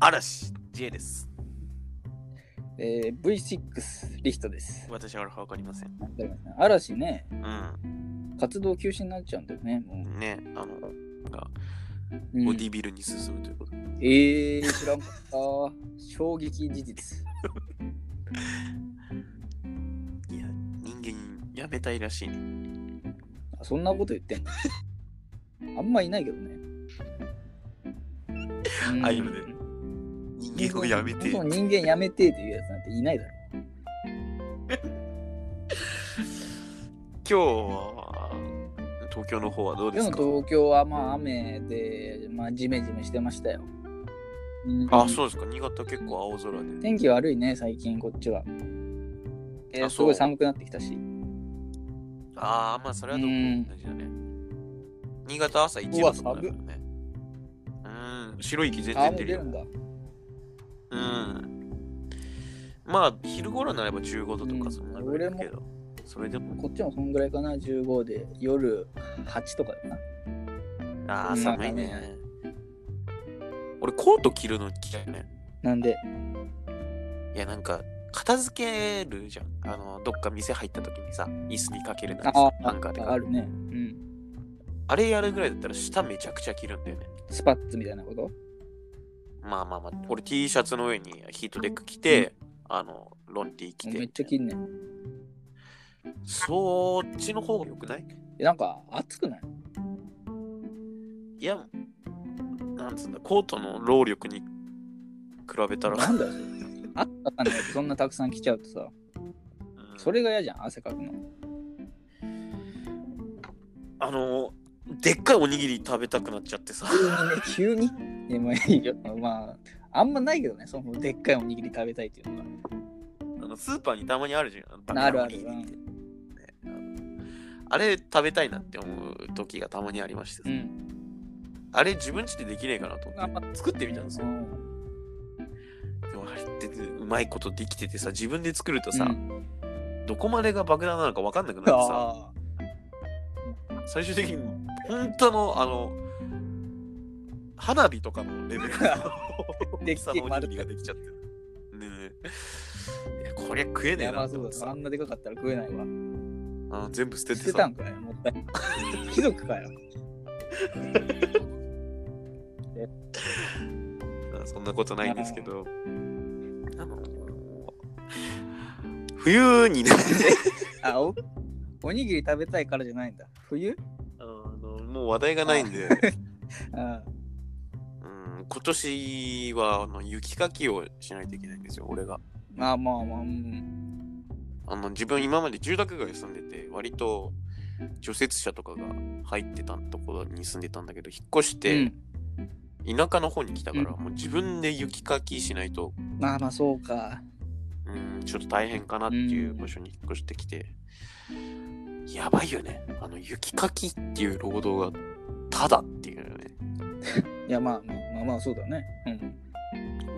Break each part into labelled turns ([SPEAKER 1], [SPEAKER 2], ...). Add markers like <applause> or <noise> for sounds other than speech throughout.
[SPEAKER 1] 嵐 J です。
[SPEAKER 2] えー、V6 リヒトです。
[SPEAKER 1] 私はあれわかりません。
[SPEAKER 2] だからね嵐ね、
[SPEAKER 1] う
[SPEAKER 2] 活動休止になっちゃうんだよね。も
[SPEAKER 1] ん。ね、あの、が
[SPEAKER 2] う
[SPEAKER 1] ボ
[SPEAKER 2] うん
[SPEAKER 1] ディビルに進むということ。
[SPEAKER 2] えー、知らんかった。 <laughs> 衝撃事実。
[SPEAKER 1] いや、人間やめたいらしいね。
[SPEAKER 2] あそんなこと言ってんのあんまいないけどね。うん
[SPEAKER 1] アイドルで人間をやめて。
[SPEAKER 2] 本当に人間やめてっていうやつなんていないだろ。
[SPEAKER 1] 今日は東京の方はどうで
[SPEAKER 2] 今
[SPEAKER 1] す
[SPEAKER 2] 日
[SPEAKER 1] か
[SPEAKER 2] の東京はまあ雨で、まあ、ジメジメしてましたよ。うん
[SPEAKER 1] あ、そうですか。新潟結構青空で。
[SPEAKER 2] 天気悪いね、最近こっちは。え
[SPEAKER 1] あ
[SPEAKER 2] ー
[SPEAKER 1] そう
[SPEAKER 2] すごい寒くなってきたし。
[SPEAKER 1] ああ、まあそれはどこも同じだね。新潟朝一
[SPEAKER 2] う
[SPEAKER 1] 度
[SPEAKER 2] わ
[SPEAKER 1] とかだからね。うん、白い息全然
[SPEAKER 2] あ、もう
[SPEAKER 1] 出る
[SPEAKER 2] 出
[SPEAKER 1] よ
[SPEAKER 2] る。んだ。
[SPEAKER 1] うん。まあ、昼頃になれば15度と
[SPEAKER 2] う
[SPEAKER 1] か
[SPEAKER 2] ん
[SPEAKER 1] そんなぐらいだけど、それでも、
[SPEAKER 2] こっちもそんぐらいかな、15で、夜8とかだな。
[SPEAKER 1] あ
[SPEAKER 2] う
[SPEAKER 1] あ、
[SPEAKER 2] ん
[SPEAKER 1] 寒い
[SPEAKER 2] まあ
[SPEAKER 1] ね。俺、コート着るの嫌いね。
[SPEAKER 2] なんで、
[SPEAKER 1] いや、なんか、片付けるじゃん。あの、どっか店入った時にさ、椅子にかけるなり
[SPEAKER 2] あ
[SPEAKER 1] さ、
[SPEAKER 2] あ
[SPEAKER 1] なんかで
[SPEAKER 2] あるね。うん。
[SPEAKER 1] あれやるぐらいだったら、下めちゃくちゃ着るんだよね。
[SPEAKER 2] スパッツみたいなこと
[SPEAKER 1] まあまあまあ、俺 T シャツの上にヒートテック着て、あの、ロンティー着て。
[SPEAKER 2] めっちゃ切んねん。
[SPEAKER 1] そっちの方が良くない
[SPEAKER 2] えなんか暑くない
[SPEAKER 1] いや、なんつうんだ、コートの労力に比べたら、
[SPEAKER 2] なんだよ、それ。あったかんないそんなたくさん来ちゃうとさ、
[SPEAKER 1] うん
[SPEAKER 2] <laughs> それが嫌じゃん、汗か
[SPEAKER 1] <laughs>
[SPEAKER 2] くの。
[SPEAKER 1] あの、でっかいおにぎり食べたくなっちゃってさ。
[SPEAKER 2] 急にね、急にでもいいよ。まあ、あんまないけどね、そのでっかいおにぎり食べたいっていうのは。
[SPEAKER 1] あのスーパーにたまにあるじゃん。の
[SPEAKER 2] あるある
[SPEAKER 1] バナナおにぎりってねあのあれ食べたいなって思う時がたまにありましてさ、
[SPEAKER 2] ん。
[SPEAKER 1] あれ自分ちでできねえかなと
[SPEAKER 2] あ
[SPEAKER 1] 思
[SPEAKER 2] ま
[SPEAKER 1] って作ってみたんですよ。
[SPEAKER 2] ん
[SPEAKER 1] でもあれってうまいことできててさ、自分で作るとさ、
[SPEAKER 2] うん
[SPEAKER 1] どこまでが爆弾なのか分かんなくなってさ、
[SPEAKER 2] あ
[SPEAKER 1] 最終的に本当のあの、花火とかの
[SPEAKER 2] <laughs>
[SPEAKER 1] レベルの大きさのおにぎりができちゃってる。ねえいやこりゃ食え
[SPEAKER 2] ー、
[SPEAKER 1] ねえ
[SPEAKER 2] や
[SPEAKER 1] な
[SPEAKER 2] ば
[SPEAKER 1] って
[SPEAKER 2] そ
[SPEAKER 1] 思っ
[SPEAKER 2] う
[SPEAKER 1] て
[SPEAKER 2] だな。
[SPEAKER 1] さ
[SPEAKER 2] あ、んなでかかったら食えないわ。
[SPEAKER 1] あの全部捨て
[SPEAKER 2] 捨
[SPEAKER 1] て
[SPEAKER 2] てた
[SPEAKER 1] さ
[SPEAKER 2] ん、かい、もったい <laughs> ない。貴族かよ。
[SPEAKER 1] あそんなことないんですけど、あの冬にね、
[SPEAKER 2] あお、おにぎり食べたいからじゃないんだ。冬
[SPEAKER 1] あのもう話題がないんで、
[SPEAKER 2] あ
[SPEAKER 1] うん、今年はあの雪かきをしないといけないんですよ、俺が。
[SPEAKER 2] まあまあまあ、うん。
[SPEAKER 1] あの自分今まで住宅街に住んでて割と除雪車とかが入ってたところに住んでたんだけど引っ越して田舎の方に来たから、
[SPEAKER 2] う
[SPEAKER 1] もう自分で雪かきしないと、
[SPEAKER 2] うん、まあまあ、そうか。
[SPEAKER 1] うん、ちょっと大変かなっていう場所に引っ越してきて、やばいよねあの雪かきっていう労働がただっていうね
[SPEAKER 2] いや、まあまあまあ、まあ、そうだね。うん。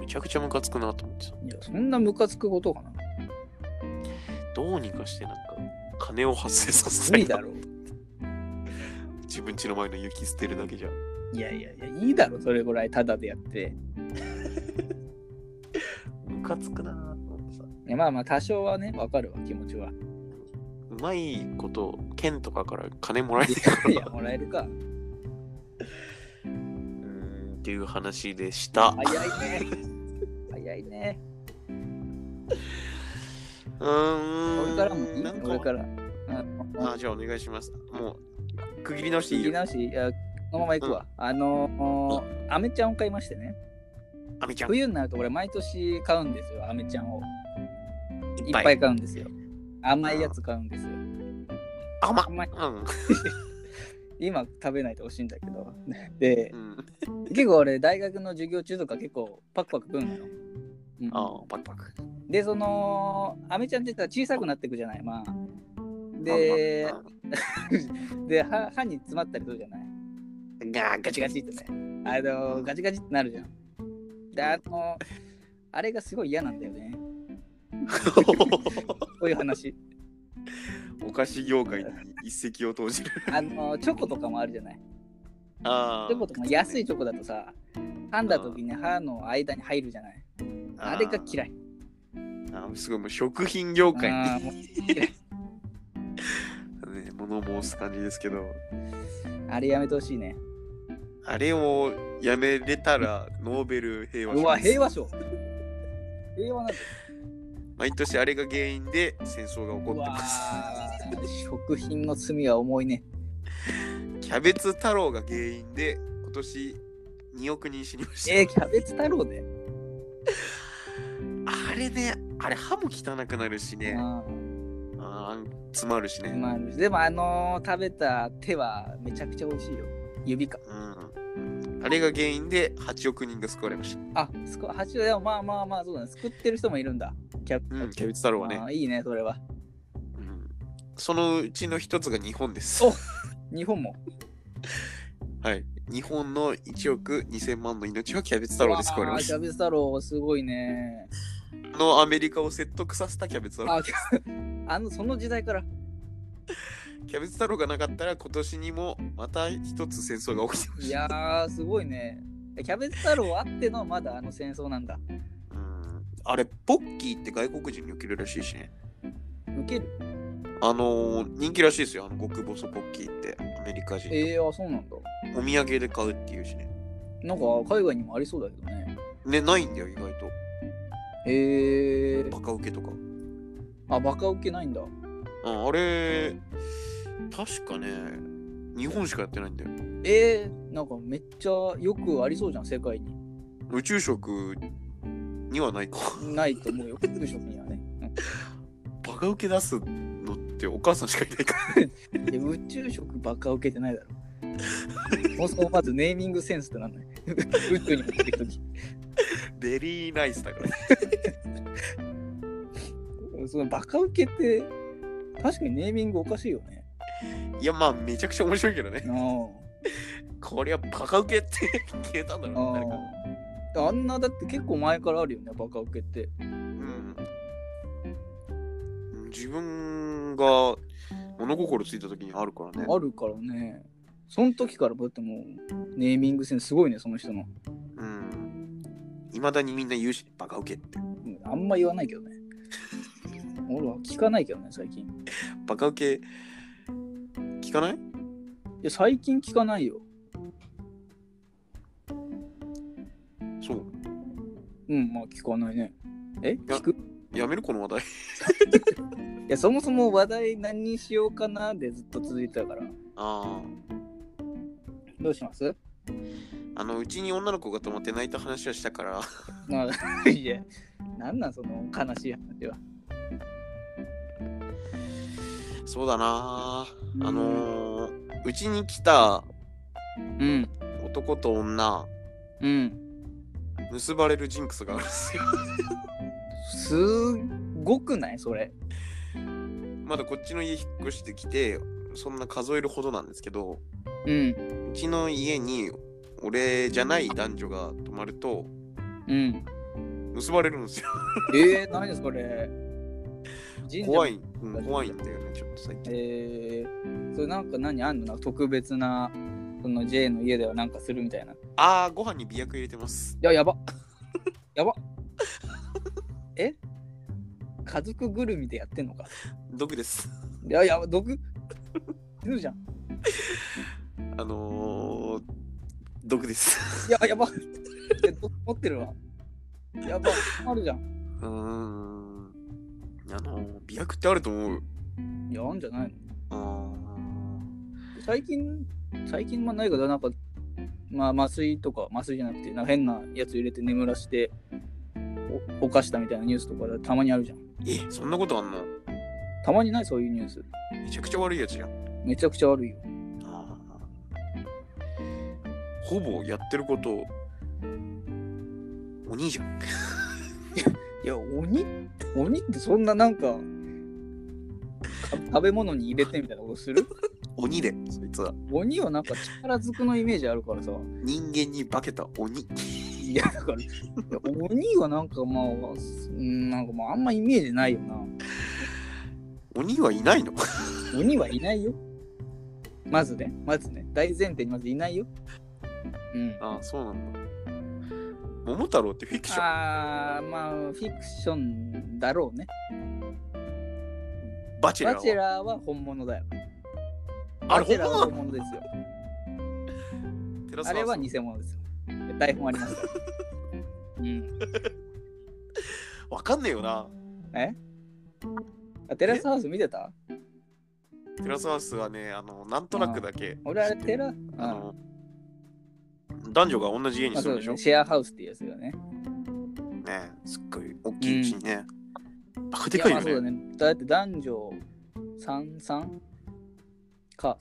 [SPEAKER 1] めちゃくちゃムカつくなと思ってさ
[SPEAKER 2] いや、そんなムカつくことかな。
[SPEAKER 1] どうにかしてなんか金を発生させな
[SPEAKER 2] 無理
[SPEAKER 1] い
[SPEAKER 2] だ
[SPEAKER 1] と
[SPEAKER 2] ろう。
[SPEAKER 1] 自分家の前の雪捨てるだけじゃ
[SPEAKER 2] いやいやいや、いいだろ、それぐらいタダでやって。
[SPEAKER 1] ムカつくなと思ってさ
[SPEAKER 2] いやまあまあ、多少はね、わかるわ、気持ちは。
[SPEAKER 1] うまいこと県とかから金もらえて
[SPEAKER 2] いや、もらえるか。
[SPEAKER 1] っていう話でした。
[SPEAKER 2] 早いね。早いね。
[SPEAKER 1] うーん。
[SPEAKER 2] 俺からもいい
[SPEAKER 1] なん
[SPEAKER 2] 俺から。
[SPEAKER 1] あじゃあお願いします。もう区切り直していい
[SPEAKER 2] 次
[SPEAKER 1] よ。
[SPEAKER 2] 直し、いや、このまま行くわ。あのー、アメちゃんを買いましてね。
[SPEAKER 1] あみちゃん。い
[SPEAKER 2] 冬になると俺、毎年買うんですよ、アメちゃんを。
[SPEAKER 1] っ
[SPEAKER 2] いっ
[SPEAKER 1] ぱい。
[SPEAKER 2] ぱい買うんですよ。甘いやつ買うんですよ。
[SPEAKER 1] 甘っ
[SPEAKER 2] 甘い
[SPEAKER 1] うん。
[SPEAKER 2] 今食べないと欲しいんだけど。 <laughs> で
[SPEAKER 1] う、ん。
[SPEAKER 2] 結構俺、大学の授業中とか結構パクパク食うのよ。うん
[SPEAKER 1] あーパクパク。
[SPEAKER 2] でそのアメちゃんってさ小さくなっていくじゃないまあ
[SPEAKER 1] あ
[SPEAKER 2] で
[SPEAKER 1] まあ
[SPEAKER 2] で歯歯に詰まったりするじゃない
[SPEAKER 1] ガー
[SPEAKER 2] ガ
[SPEAKER 1] ガ
[SPEAKER 2] チ
[SPEAKER 1] チ
[SPEAKER 2] ガ
[SPEAKER 1] ガ
[SPEAKER 2] チ <laughs>
[SPEAKER 1] チ。
[SPEAKER 2] ってねあのガチガチってなるじゃんであのあれがすごい嫌なんだよねこういう話
[SPEAKER 1] お菓子業界に一石を投じる。
[SPEAKER 2] あのチョコとかもあるじゃない
[SPEAKER 1] あ
[SPEAKER 2] チョコとかも安いチョコだとさ、噛んだ時に歯の間に入るじゃない。あれが嫌
[SPEAKER 1] い。
[SPEAKER 2] い。
[SPEAKER 1] あーすごい、もう食品業界に
[SPEAKER 2] あーもう嫌い
[SPEAKER 1] ね、物申す感じですけど、
[SPEAKER 2] あれやめてほしいね。
[SPEAKER 1] あれをやめれたらノーベル平和
[SPEAKER 2] う
[SPEAKER 1] 賞
[SPEAKER 2] わ、
[SPEAKER 1] です
[SPEAKER 2] 平和賞。平和なんだ。
[SPEAKER 1] 毎年あれが原因で戦争が起こっ
[SPEAKER 2] う
[SPEAKER 1] て
[SPEAKER 2] わ
[SPEAKER 1] ます。
[SPEAKER 2] ー食品の罪は重いね。
[SPEAKER 1] キャベツ太郎が原因で今年2億人死にました。
[SPEAKER 2] えー、キャベツ太郎で。
[SPEAKER 1] あれね、あれ歯も汚くなるしね、
[SPEAKER 2] あ
[SPEAKER 1] あー詰まるしね。
[SPEAKER 2] ーうまいでも、あのー食べた手はめちゃくちゃ美味しいよ。指か。
[SPEAKER 1] うん、あれが原因で8億人が救われました。
[SPEAKER 2] あ、すこ、八でもまあまあまあ、そうだね。作ってる人もいるんだ。キャ
[SPEAKER 1] うん、キャベツ太郎はね
[SPEAKER 2] あ。ーいいね、それは。
[SPEAKER 1] うん、そのうちの一つが日本です。
[SPEAKER 2] お日本も。
[SPEAKER 1] はい。日本の1億2000万の命はキャベツ太郎で救われまし
[SPEAKER 2] キャベツ太郎、すごいね。
[SPEAKER 1] た。のアメリカを説得させたキャベツ太郎。
[SPEAKER 2] あ、キャあ <laughs> の、その時代から。
[SPEAKER 1] キャベツ太郎がなかったら今年にもまた一つ戦争が起きてま
[SPEAKER 2] い
[SPEAKER 1] した。
[SPEAKER 2] やー、すごいね。キャベツ太郎あってのまだあの戦争なんだ。
[SPEAKER 1] うん、あれ、ポッキーって外国人に受けるらしいしね。
[SPEAKER 2] 受ける。
[SPEAKER 1] あのー人気らしいですよ。あの極細ポッキーってアメリカ人、
[SPEAKER 2] えー、あ、そうなんだ。
[SPEAKER 1] お土産で買うっていうしね。
[SPEAKER 2] なんか海外にもありそうだけどね。
[SPEAKER 1] ね、ないんだよ、意外と。
[SPEAKER 2] へえ
[SPEAKER 1] バカ受けとか。
[SPEAKER 2] あ、バカ受けないんだ。
[SPEAKER 1] うん、あれ、確かね、日本しかやってないんだよ。
[SPEAKER 2] えー、なんかめっちゃよくありそうじゃん、世界に。
[SPEAKER 1] 宇宙食にはないか。 <laughs>
[SPEAKER 2] ないと思うよ、給食にはね。
[SPEAKER 1] バカ受け出すのってお母さんしかいないから。 <laughs>
[SPEAKER 2] うんいや宇宙食バカ受けてないだろ。もうそもまずネーミングセンスってなんない。 <laughs> 宇宙に持ってくとき。
[SPEAKER 1] ベリーナイスだから。
[SPEAKER 2] そのバカ受けって、確かにネーミングおかしいよね。
[SPEAKER 1] いや、まあ、めちゃくちゃ面白いけどね。
[SPEAKER 2] あ
[SPEAKER 1] こりゃバカ受けって消えたんだろうな、誰か。
[SPEAKER 2] あ。あんなだって結構前からあるよね、バカ受けって。
[SPEAKER 1] うん。自分が物心ついた時にあるからね。
[SPEAKER 2] あるからね。その時からだってもう、ネーミングセンスすごいね、その人の。
[SPEAKER 1] うん。いまだにみんな言うし、バカ受けって。
[SPEAKER 2] うんあんま言わないけどね。 <laughs> 俺は聞かないけどね、最近。い
[SPEAKER 1] バカ受け、聞かない
[SPEAKER 2] や、最近聞かないよ。
[SPEAKER 1] そう。
[SPEAKER 2] うん、まあ聞かないね。え
[SPEAKER 1] や
[SPEAKER 2] 聞く
[SPEAKER 1] やめるこの話題。
[SPEAKER 2] いや、そもそも話題何にしようかなでずっと続いてたから。
[SPEAKER 1] ああ。
[SPEAKER 2] どうします
[SPEAKER 1] あの、うちに女の子が泊まって泣いた話はしたから、 <laughs>
[SPEAKER 2] まあ、 <laughs> いや、なんなんその悲しい話は。
[SPEAKER 1] そうだなあのーうちに来た
[SPEAKER 2] うん、
[SPEAKER 1] 男と女、
[SPEAKER 2] うん。
[SPEAKER 1] 結ばれるジンクスがあるんですよ。 <laughs>
[SPEAKER 2] すっごくないそれ。
[SPEAKER 1] まだこっちの家引っ越してきて、そんな数えるほどなんですけど、
[SPEAKER 2] うん、
[SPEAKER 1] うちの家に俺じゃない男女が泊まると、
[SPEAKER 2] うん。
[SPEAKER 1] 結ばれるんですよ。
[SPEAKER 2] えー、何ですこれ。神社
[SPEAKER 1] 怖い、うん怖いんだよね、ちょっと最近。
[SPEAKER 2] えー、それなんか何あんのなんか特別なその J の家ではなんかするみたいな。い
[SPEAKER 1] あー、ご飯に媚薬入れてます。
[SPEAKER 2] や、やば <laughs> やばえ家族ぐるみでやってんのか
[SPEAKER 1] 毒です。
[SPEAKER 2] いや、やば、毒死ぬじゃん。
[SPEAKER 1] あのー、毒です。
[SPEAKER 2] いや、やばえ、毒持ってるわ。やば、あるじゃん。
[SPEAKER 1] うーん。あのー、媚薬ってあると思う。
[SPEAKER 2] いや、あんじゃないの
[SPEAKER 1] あ
[SPEAKER 2] 最近、最近はないけど、なんか、まあ、麻酔とか、麻酔じゃなくて、なんか変なやつ入れて眠らして、お犯したみたいなニュースとかでたまにあるじゃん。
[SPEAKER 1] ーえ、そんなことあんの
[SPEAKER 2] たまにないそういうニュース。
[SPEAKER 1] めちゃくちゃ悪いやつじゃん。
[SPEAKER 2] めちゃくちゃ悪いよ。
[SPEAKER 1] あーほぼやってること、お兄じゃん。
[SPEAKER 2] いや、鬼鬼ってそんななんか、か食べ物に入れてみたいなことする
[SPEAKER 1] 鬼で、そいつは。
[SPEAKER 2] 鬼はなんか力ずくのイメージあるからさ。
[SPEAKER 1] 人間に化けた鬼。
[SPEAKER 2] いや、だから、いや鬼はなんかまあ、うんなんかまあ、あんまイメージないよな。
[SPEAKER 1] 鬼はいないの
[SPEAKER 2] 鬼はいないよ。まずね、まずね、大前提にまずいないよ。うん。
[SPEAKER 1] ああ、そうなんだ。桃太郎ってフィクション
[SPEAKER 2] あー、まあ、フィクションだろうね。
[SPEAKER 1] バチェラ
[SPEAKER 2] バチェ
[SPEAKER 1] ーは
[SPEAKER 2] ラーは本物だよ。
[SPEAKER 1] あれ
[SPEAKER 2] バチェラーは
[SPEAKER 1] 本
[SPEAKER 2] 本物ですよ。
[SPEAKER 1] テラス
[SPEAKER 2] あ
[SPEAKER 1] ハウス
[SPEAKER 2] れは偽物ですよ。台本あります
[SPEAKER 1] <laughs>
[SPEAKER 2] から。うん。
[SPEAKER 1] わかんねえよな。
[SPEAKER 2] えあテラスハウス見てた
[SPEAKER 1] テラスハウスはね、あの、なんとなくだけ、
[SPEAKER 2] 俺あれテラ、
[SPEAKER 1] あ
[SPEAKER 2] あ
[SPEAKER 1] の、男女が同じ家に
[SPEAKER 2] まあ
[SPEAKER 1] 住
[SPEAKER 2] そ
[SPEAKER 1] む
[SPEAKER 2] う
[SPEAKER 1] で
[SPEAKER 2] んで
[SPEAKER 1] し
[SPEAKER 2] す
[SPEAKER 1] ょ
[SPEAKER 2] ね、シェアハウスっていうやつよね。
[SPEAKER 1] ねすっごい大きい家にね。バカで
[SPEAKER 2] や
[SPEAKER 1] かいよ
[SPEAKER 2] まあそうだ
[SPEAKER 1] ね。
[SPEAKER 2] ね。だって男女三三か。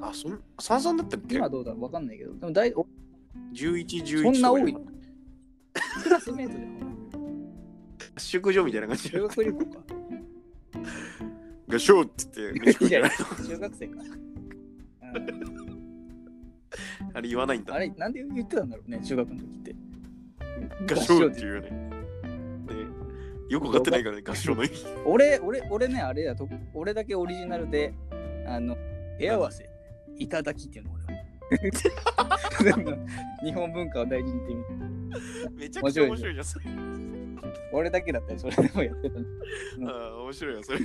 [SPEAKER 1] あ、そん、三三だったっけ
[SPEAKER 2] 今はどうだろうわかんないけど。でも大お
[SPEAKER 1] ?11、11
[SPEAKER 2] そんな多い
[SPEAKER 1] と
[SPEAKER 2] の
[SPEAKER 1] かいう
[SPEAKER 2] クラスメートじゃん。
[SPEAKER 1] 宿所みたいな感じで
[SPEAKER 2] 修。学旅行か。
[SPEAKER 1] ガショーって言って、飯食うんじゃない
[SPEAKER 2] <laughs> 中学生か。
[SPEAKER 1] <laughs>
[SPEAKER 2] うん
[SPEAKER 1] あれ言わないんだ
[SPEAKER 2] あ。れ、なんで言ってたんだろうね、中学の時って。
[SPEAKER 1] 合唱っていうよね。で、よくわかってないからね、合唱の意味。
[SPEAKER 2] 俺、俺、俺ね、あれだと、俺だけオリジナルで、あの、絵合わせ、いただきっていうの俺は。 <laughs> 日本文化を大事にってみ
[SPEAKER 1] めちゃくちゃ面白いじゃん、それ。
[SPEAKER 2] 俺だけだったよ、それでもやってたの。
[SPEAKER 1] ああ、面白いよ、それ。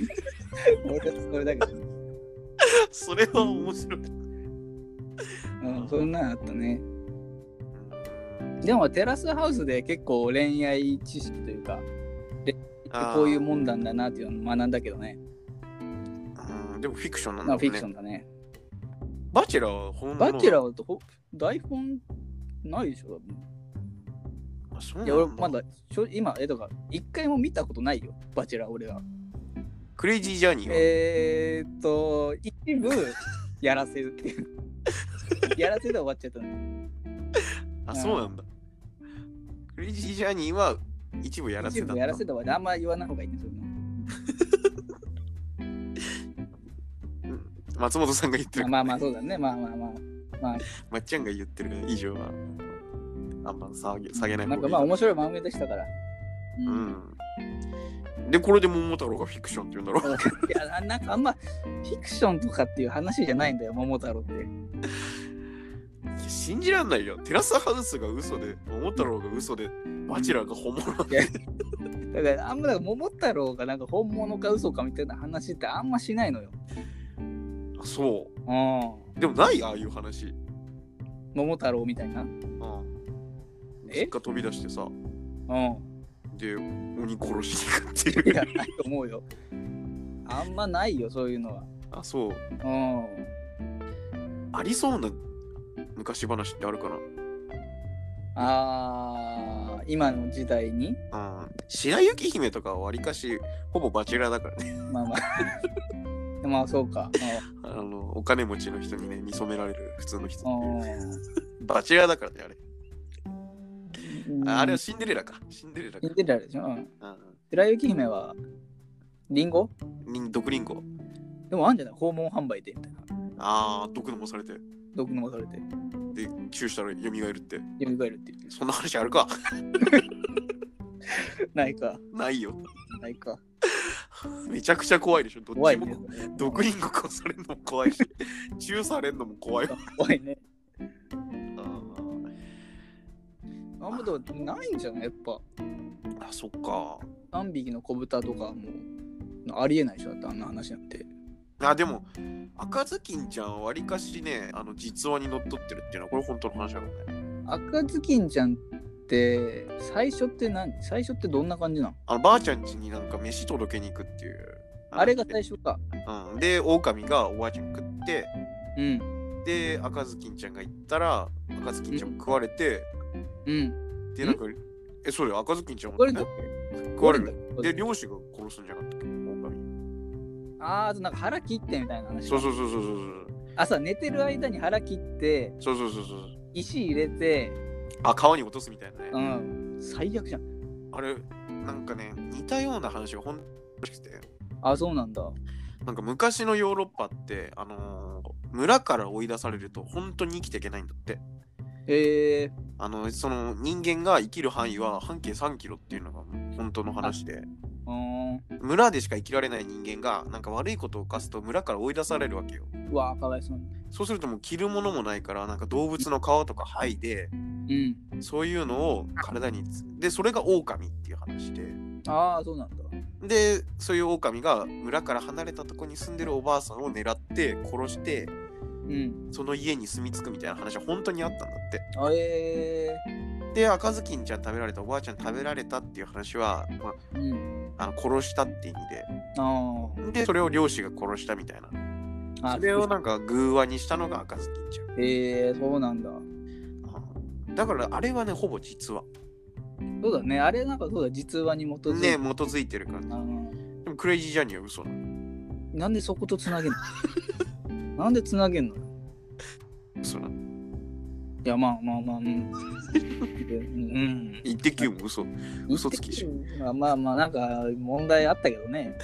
[SPEAKER 2] 俺だ俺だけだった。
[SPEAKER 1] それは面白い。
[SPEAKER 2] うん、そんなのあったね。でも、テラスハウスで結構恋愛知識というか、恋愛ってこういうもんなんだなっていうのを学んだけどね。
[SPEAKER 1] うん、でもフィクションなんだも
[SPEAKER 2] まあ、
[SPEAKER 1] ん
[SPEAKER 2] フィクシ
[SPEAKER 1] ね
[SPEAKER 2] ョ。ンだね。
[SPEAKER 1] バチェラーは本物
[SPEAKER 2] バチェラ
[SPEAKER 1] ー
[SPEAKER 2] ーだとほ台本ないでしょ、多分
[SPEAKER 1] そうなん
[SPEAKER 2] い
[SPEAKER 1] だ
[SPEAKER 2] や、俺まだ、しょ今、えとか、一回も見たことないよ、バチェラー、俺は。
[SPEAKER 1] クレイジージャーニーは、
[SPEAKER 2] えー、っと、一部、やらせるっていう。 <laughs> やらせで終わっちゃったの。
[SPEAKER 1] あ、そうなんだ。クレイジージャーニーは一部やらせ
[SPEAKER 2] 一
[SPEAKER 1] だっ
[SPEAKER 2] 部
[SPEAKER 1] た。
[SPEAKER 2] やらせで終わって、あんま言わない方がいいね、そういうの。
[SPEAKER 1] 松本さんが言ってる
[SPEAKER 2] あ
[SPEAKER 1] から。
[SPEAKER 2] まあまあ、そうだね、まあまあまあ。
[SPEAKER 1] まっちゃんが言ってる以上は、あんま下げ下げない
[SPEAKER 2] な
[SPEAKER 1] 方
[SPEAKER 2] ん
[SPEAKER 1] がい
[SPEAKER 2] か
[SPEAKER 1] い
[SPEAKER 2] まあ、面白い漫画でしたから。う
[SPEAKER 1] う。
[SPEAKER 2] <laughs>
[SPEAKER 1] ん。で、これで桃太郎がフィクションって言うんだろ
[SPEAKER 2] いやななんかあんまフィクションとかっていう話じゃないんだよ桃太郎って
[SPEAKER 1] 信じらんないよ。テラスハウスが嘘で、桃太郎が嘘で、バチェラーが本物なんだよ。
[SPEAKER 2] だからあんまだから桃太郎がなんか本物か嘘かみたいな話ってあんましないのよ
[SPEAKER 1] あそう。
[SPEAKER 2] うん
[SPEAKER 1] でもないああいう話。
[SPEAKER 2] 桃太郎みたいな
[SPEAKER 1] うん。
[SPEAKER 2] え
[SPEAKER 1] 実家飛び出してさ、
[SPEAKER 2] うん
[SPEAKER 1] で、鬼殺しに行くって
[SPEAKER 2] い
[SPEAKER 1] いう。
[SPEAKER 2] やないと思うよあんまないよそういうのは
[SPEAKER 1] あ、そう。
[SPEAKER 2] うん
[SPEAKER 1] ありそうな昔話ってあるか
[SPEAKER 2] あー今の時代に
[SPEAKER 1] な。うん。白雪姫とかはわりかし、ほぼバチェラーだからね。 <laughs>
[SPEAKER 2] まあまあ <laughs> まあそうか
[SPEAKER 1] あの、お金持ちの人にね、見初められる普通の人
[SPEAKER 2] う。ん
[SPEAKER 1] バチェラーだからね、あれ。
[SPEAKER 2] うん
[SPEAKER 1] ああれはシンデレラか。シンデレラか
[SPEAKER 2] シ。ンデレラでしょ、うん、
[SPEAKER 1] うん
[SPEAKER 2] 白雪姫はリンゴ
[SPEAKER 1] に毒リンゴ。
[SPEAKER 2] でもあんじゃない訪問販売でみたいな
[SPEAKER 1] ああ、毒飲まされて。
[SPEAKER 2] 毒飲まされて
[SPEAKER 1] で、チューしたら蘇るって。
[SPEAKER 2] 蘇るってい
[SPEAKER 1] そんな話あるか <laughs>
[SPEAKER 2] う。ないか、
[SPEAKER 1] ないよ。
[SPEAKER 2] ないか。
[SPEAKER 1] めちゃくちゃ怖いでしょ。どっ
[SPEAKER 2] 怖
[SPEAKER 1] ち
[SPEAKER 2] いね
[SPEAKER 1] も。。毒リンゴ殺されるのも怖いし、 <laughs> チューされるのも怖いわ。
[SPEAKER 2] 怖いね。
[SPEAKER 1] あ
[SPEAKER 2] あんまでもないんじゃないやっぱ。
[SPEAKER 1] ーあ、そっか。
[SPEAKER 2] 3匹の子豚とかもうありえないでしょだってあんな話なんて。
[SPEAKER 1] あ、でも、赤ずきんちゃんはわりかしね、あの実話にのっとってるっていうのは、これ本当の話だからね。
[SPEAKER 2] 赤ずきんちゃんって最初って何最初ってどんな感じなの
[SPEAKER 1] あのばあちゃん家になんか飯届けに行くっていう。
[SPEAKER 2] あれが
[SPEAKER 1] 大
[SPEAKER 2] 最初か。
[SPEAKER 1] うん。で、狼がおばあちゃん食って、
[SPEAKER 2] うん。
[SPEAKER 1] で、赤ずきんちゃんが行ったら、赤ずきんちゃんも食われて、
[SPEAKER 2] うん。
[SPEAKER 1] で、なんか、え、そうよ、赤ずきんちゃんも
[SPEAKER 2] これだっ
[SPEAKER 1] 食
[SPEAKER 2] こ
[SPEAKER 1] わ
[SPEAKER 2] れ
[SPEAKER 1] れ
[SPEAKER 2] だ
[SPEAKER 1] る。で、漁師が殺すんじゃなかったっけ狼
[SPEAKER 2] あーあとなんか腹切ってみたいな話。
[SPEAKER 1] そうそうそうそう
[SPEAKER 2] 朝寝てる間に腹切って
[SPEAKER 1] そうそうそうそうそうそう
[SPEAKER 2] 石入れて、
[SPEAKER 1] あ川に落とすみたいなね、
[SPEAKER 2] うん。最悪じゃん。
[SPEAKER 1] あれなんかね似たような話がほんとしくて
[SPEAKER 2] あそうなんだ。
[SPEAKER 1] なんか昔のヨーロッパってあのー村から追い出されると本当に生きていけないんだって
[SPEAKER 2] えー、
[SPEAKER 1] あのその人間が生きる範囲は半径3キロっていうのが本当の話で
[SPEAKER 2] うん。
[SPEAKER 1] 村でしか生きられない人間がなんか悪いことを犯すと村から追い出されるわけよ
[SPEAKER 2] うわ、かわいそうに。
[SPEAKER 1] そうするともう着るものもないからなんか動物の皮とか剥いで
[SPEAKER 2] うん。
[SPEAKER 1] そういうのを体につでそれが狼っていう話で
[SPEAKER 2] ああ、そうなんだ。
[SPEAKER 1] でそういう狼が村から離れたとこに住んでるおばあさんを狙って殺して
[SPEAKER 2] うん。
[SPEAKER 1] その家に住み着くみたいな話は本当にあったんだって
[SPEAKER 2] あえ
[SPEAKER 1] で赤ずきんちゃん食べられたおばあちゃん食べられたっていう話は、ま
[SPEAKER 2] ー。うん。
[SPEAKER 1] あ、あの殺したって意味
[SPEAKER 2] あ
[SPEAKER 1] ででそれを漁師が殺したみたいな
[SPEAKER 2] あ。あ
[SPEAKER 1] それをなんか偶話にしたのが赤ずきんちゃん
[SPEAKER 2] えー、そうなんだ。
[SPEAKER 1] うんだからあれはねほぼ実話
[SPEAKER 2] そうだね。あれなんかそうだ、実話に基づい
[SPEAKER 1] ね基
[SPEAKER 2] て。
[SPEAKER 1] づいてる感じ
[SPEAKER 2] あの
[SPEAKER 1] でもクレイジージャーニーは嘘なの
[SPEAKER 2] なんでそことつなげんの <laughs> なんでつなげんのい
[SPEAKER 1] 嘘なの
[SPEAKER 2] や、まあまあまあ、うん。でうん。
[SPEAKER 1] 一滴も嘘嘘つきでしょ
[SPEAKER 2] まあまあまあ、なんか問題あったけどね。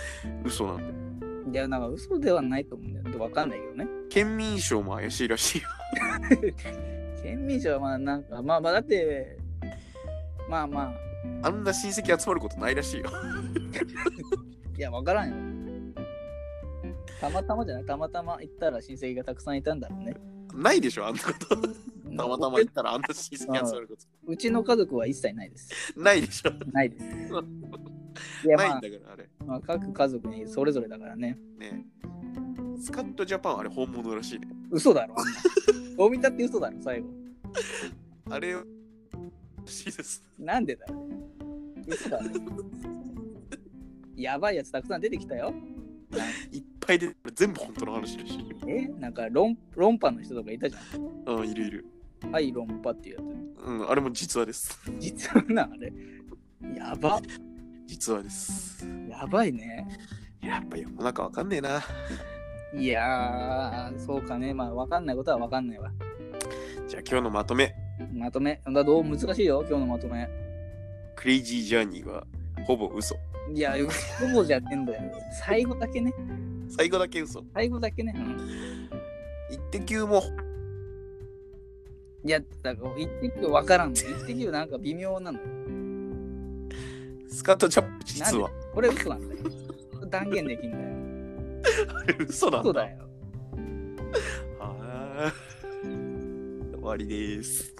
[SPEAKER 1] 嘘なんだよ
[SPEAKER 2] いや、なんか嘘ではないと思うんだよ。わかんないけどね。
[SPEAKER 1] 県民賞も怪しいらしいよ <laughs>
[SPEAKER 2] 県民賞はまあなんか、まあまあ、だって、まあまあ、
[SPEAKER 1] あんな親戚集まることないらしいよ <laughs>
[SPEAKER 2] いや、わからんよ。たまたまじゃないたまたま行ったら親戚がたくさんいたんだろうね。
[SPEAKER 1] ないでしょあんなことたまたま言ったらあんな親戚集まるこ
[SPEAKER 2] うちの家族は一切ないです。
[SPEAKER 1] とないでしょ
[SPEAKER 2] ないです。いや、
[SPEAKER 1] ない
[SPEAKER 2] まあ
[SPEAKER 1] ん、だからあれ
[SPEAKER 2] まあ、各家族にそれぞれだからね。
[SPEAKER 1] ねスカットジャパンあれ本物らしいね
[SPEAKER 2] 嘘だろ、あんなどう見たって嘘だろ、最後。
[SPEAKER 1] あれらしいです
[SPEAKER 2] なんでだろ嘘だろ。やばいやつたくさん出てきたよ。
[SPEAKER 1] いっぱいで全部本当の話らし <laughs> いよ
[SPEAKER 2] えなんか論、論破の人とかいたじゃ
[SPEAKER 1] うんいるいる
[SPEAKER 2] ん。はい、論破っていうや
[SPEAKER 1] うんあれも実話です <laughs>
[SPEAKER 2] つ。実はな、あれ。やば。
[SPEAKER 1] 実話です
[SPEAKER 2] やばいね。
[SPEAKER 1] やっぱ世の中わかんねえない
[SPEAKER 2] やー、そうかね。まあ、わかんないことはわかんないわ。
[SPEAKER 1] じゃあ今日のまとめ
[SPEAKER 2] まとめ、だどう難しいよ、今日のまとめ。
[SPEAKER 1] クレイジージャーニーはほぼ嘘
[SPEAKER 2] いや、ほぼじゃねえんだよ。最後だけね。
[SPEAKER 1] 最後だけ嘘
[SPEAKER 2] 最後だけね。うん
[SPEAKER 1] 一滴も
[SPEAKER 2] いや、だから一滴分からんの。一滴なんか微妙なのよ。
[SPEAKER 1] スカットジャパン実は
[SPEAKER 2] これ嘘なんだよ。断言できんだよ。
[SPEAKER 1] <laughs> 嘘なん
[SPEAKER 2] 嘘
[SPEAKER 1] だ
[SPEAKER 2] だよ。
[SPEAKER 1] はーい終わりです